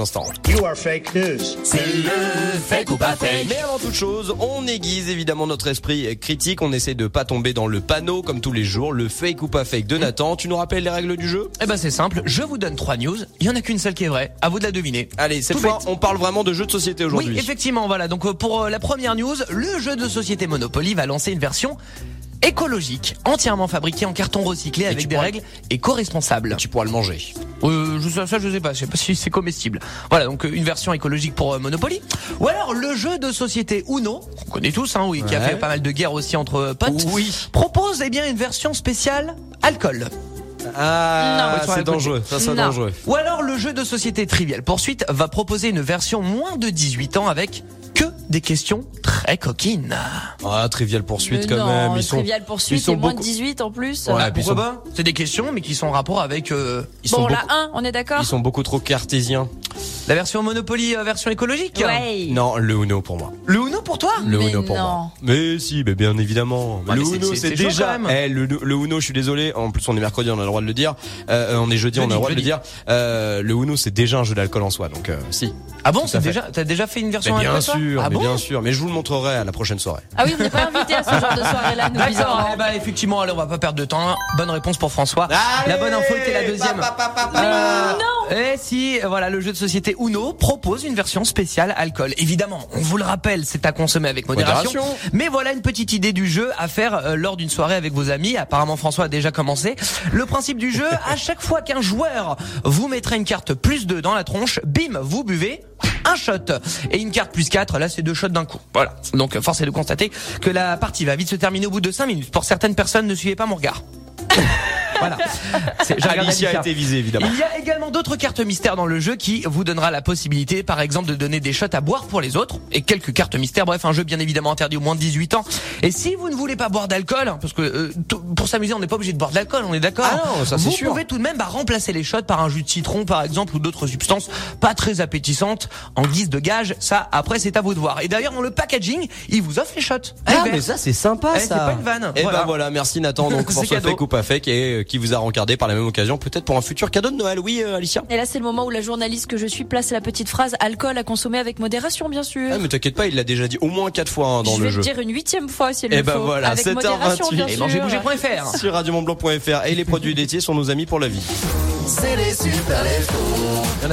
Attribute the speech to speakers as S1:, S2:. S1: instant.
S2: You are fake news.
S3: C'est le fake ou pas fake.
S1: Mais avant toute chose, on aiguise évidemment notre esprit critique. On essaie de pas tomber dans le panneau comme tous les jours. Le fake ou pas fake de Nathan. Tu nous rappelles les règles du jeu
S3: Eh ben c'est simple, je vous donne trois news, il y en a qu'une seule qui est vraie, à vous de la deviner.
S1: Allez, cette
S3: Tout
S1: fois,
S3: bête.
S1: on parle vraiment de jeux de société
S3: Oui,
S1: aujourd'hui.
S3: effectivement, voilà. Donc euh, pour euh, la première news, le jeu de société Monopoly va lancer une version écologique, entièrement fabriquée en carton recyclé avec
S1: tu
S3: des
S1: pourras-
S3: règles éco-responsables.
S1: tu pourras le manger.
S3: Euh, je- ça, ça, je sais pas, je sais pas si c'est comestible. Voilà, donc euh, une version écologique pour euh, Monopoly. Ou alors le jeu de société Uno, qu'on connaît tous, hein, oui, qui a
S1: Ouais.
S3: fait pas mal de guerres aussi entre euh, potes,
S1: Oui.
S3: propose eh bien une version spéciale alcool.
S1: Ah,
S3: Non.
S1: c'est dangereux. Ça, c'est
S4: Non.
S1: dangereux.
S3: Ou alors le jeu de société Trivial Poursuite va proposer une version moins de 18 ans avec que des questions très coquines.
S1: Ah, trivial poursuite
S4: Euh,
S1: quand
S4: non,
S1: même. Ils sont,
S4: Trivial poursuite
S1: ils sont
S4: et moins
S1: beaucoup-
S4: de 18 en plus.
S1: Ouais,
S3: Ah,
S1: puis ils
S3: pourquoi
S1: sont-
S3: pas C'est des questions, mais qui sont en rapport avec euh,
S1: ils sont
S4: bon, la
S1: beaucoup,
S4: 1, on est d'accord
S1: ils sont beaucoup trop cartésiens.
S3: la version Monopoly, euh, version écologique.
S4: Ouais.
S1: Non, le Uno pour moi.
S3: Le Uno pour toi
S1: Le
S4: Mais
S1: Uno pour
S4: non.
S1: moi. Mais si, mais bien évidemment.
S3: Ouais,
S1: le
S3: mais c'est-
S1: Uno,
S3: c'est-
S1: c'est
S3: c'est chaud
S1: déjà.
S3: quand même.
S1: Eh, le, le Uno, je suis désolé. En plus, on est mercredi, on a le droit de le dire. Euh, euh, on est jeudi, on a
S3: Jeudi,
S1: le droit de le
S3: jeudi.
S1: dire. Euh, le Uno, c'est déjà un jeu d'alcool en soi. Donc, euh, si.
S3: Ah bon
S1: Tout
S3: T'as
S1: à fait.
S3: déjà, t'as déjà fait une
S1: Mais
S3: version
S1: bien
S3: alcool, toi
S1: sûr,
S3: Ah
S1: mais
S3: bon
S1: bien sûr. Mais je vous le montrerai à la prochaine soirée.
S4: Ah oui, on n'est pas invité à ce genre de soirée-là, nous,
S3: D'accord,
S4: bizarrement.
S3: eh ben, effectivement, allez, on va pas perdre de temps. hein. Bonne réponse pour François. la bonne info était la deuxième. Eh si, euh, voilà, le jeu de société Uno propose une version spéciale alcool. Évidemment, on vous le rappelle, c'est à consommer avec modération.
S1: Modération.
S3: Mais voilà une petite idée du jeu à faire euh, lors d'une soirée avec vos amis. Apparemment, François a déjà commencé. Le principe du jeu, à chaque fois qu'un joueur vous mettra une carte plus 2 dans la tronche, bim, vous buvez un shot. Et une carte plus 4, là, c'est deux shots d'un coup. Voilà. Donc, force est de constater que la partie va vite se terminer au bout de 5 minutes. Pour certaines personnes, ne suivez pas mon regard. voilà. C'est- j'ai Ah, regardé
S1: Alicia a
S3: Alicia.
S1: été visée, évidemment.
S3: Il y a également d'autres cartes mystères dans le jeu qui vous donnera la possibilité, par exemple, de donner des shots à boire pour les autres et quelques cartes mystères. Bref, un jeu bien évidemment interdit au moins de 18 ans. Et si vous ne voulez pas boire d'alcool, hein, parce que euh, tout- pour s'amuser, on n'est pas obligé de boire de l'alcool, on est d'accord.
S1: Ah non, ça, c'est
S3: Vous
S1: sûr.
S3: pouvez tout de même bah, remplacer les shots par un jus de citron, par exemple, ou d'autres substances pas très appétissantes en guise de gage. Ça, après, c'est à vous de voir. Et d'ailleurs, dans le packaging, ils vous offrent les shots.
S1: Ah,
S3: Eh ben,
S1: mais ça, c'est sympa,
S3: eh, c'est
S1: ça.
S3: pas une vanne.
S1: Et
S3: Voilà.
S1: ben voilà, merci Nathan donc pour
S3: C'est
S1: ce
S3: cadeau.
S1: fake ou pas fake et euh, qui vous a rencardé par la même occasion, peut-être pour un futur cadeau de Noël. Oui, euh, Alicia.
S4: Et là, c'est le moment où la journaliste que je suis place la petite phrase alcool à consommer avec modération, bien sûr.
S1: Ah, mais t'inquiète pas, il l'a déjà dit au moins quatre fois hein, dans
S4: je
S1: le
S4: vais
S1: jeu.
S4: le dire une huitième fois si elle
S1: Eh
S4: le
S1: ben
S4: faut.
S1: voilà,
S4: avec
S1: 7h28.
S4: modération, bien
S1: Et
S3: Et
S4: sûr.
S3: mangerbouger.fr.
S1: Sur radiomontblanc.fr et les produits laitiers sont nos amis pour la vie.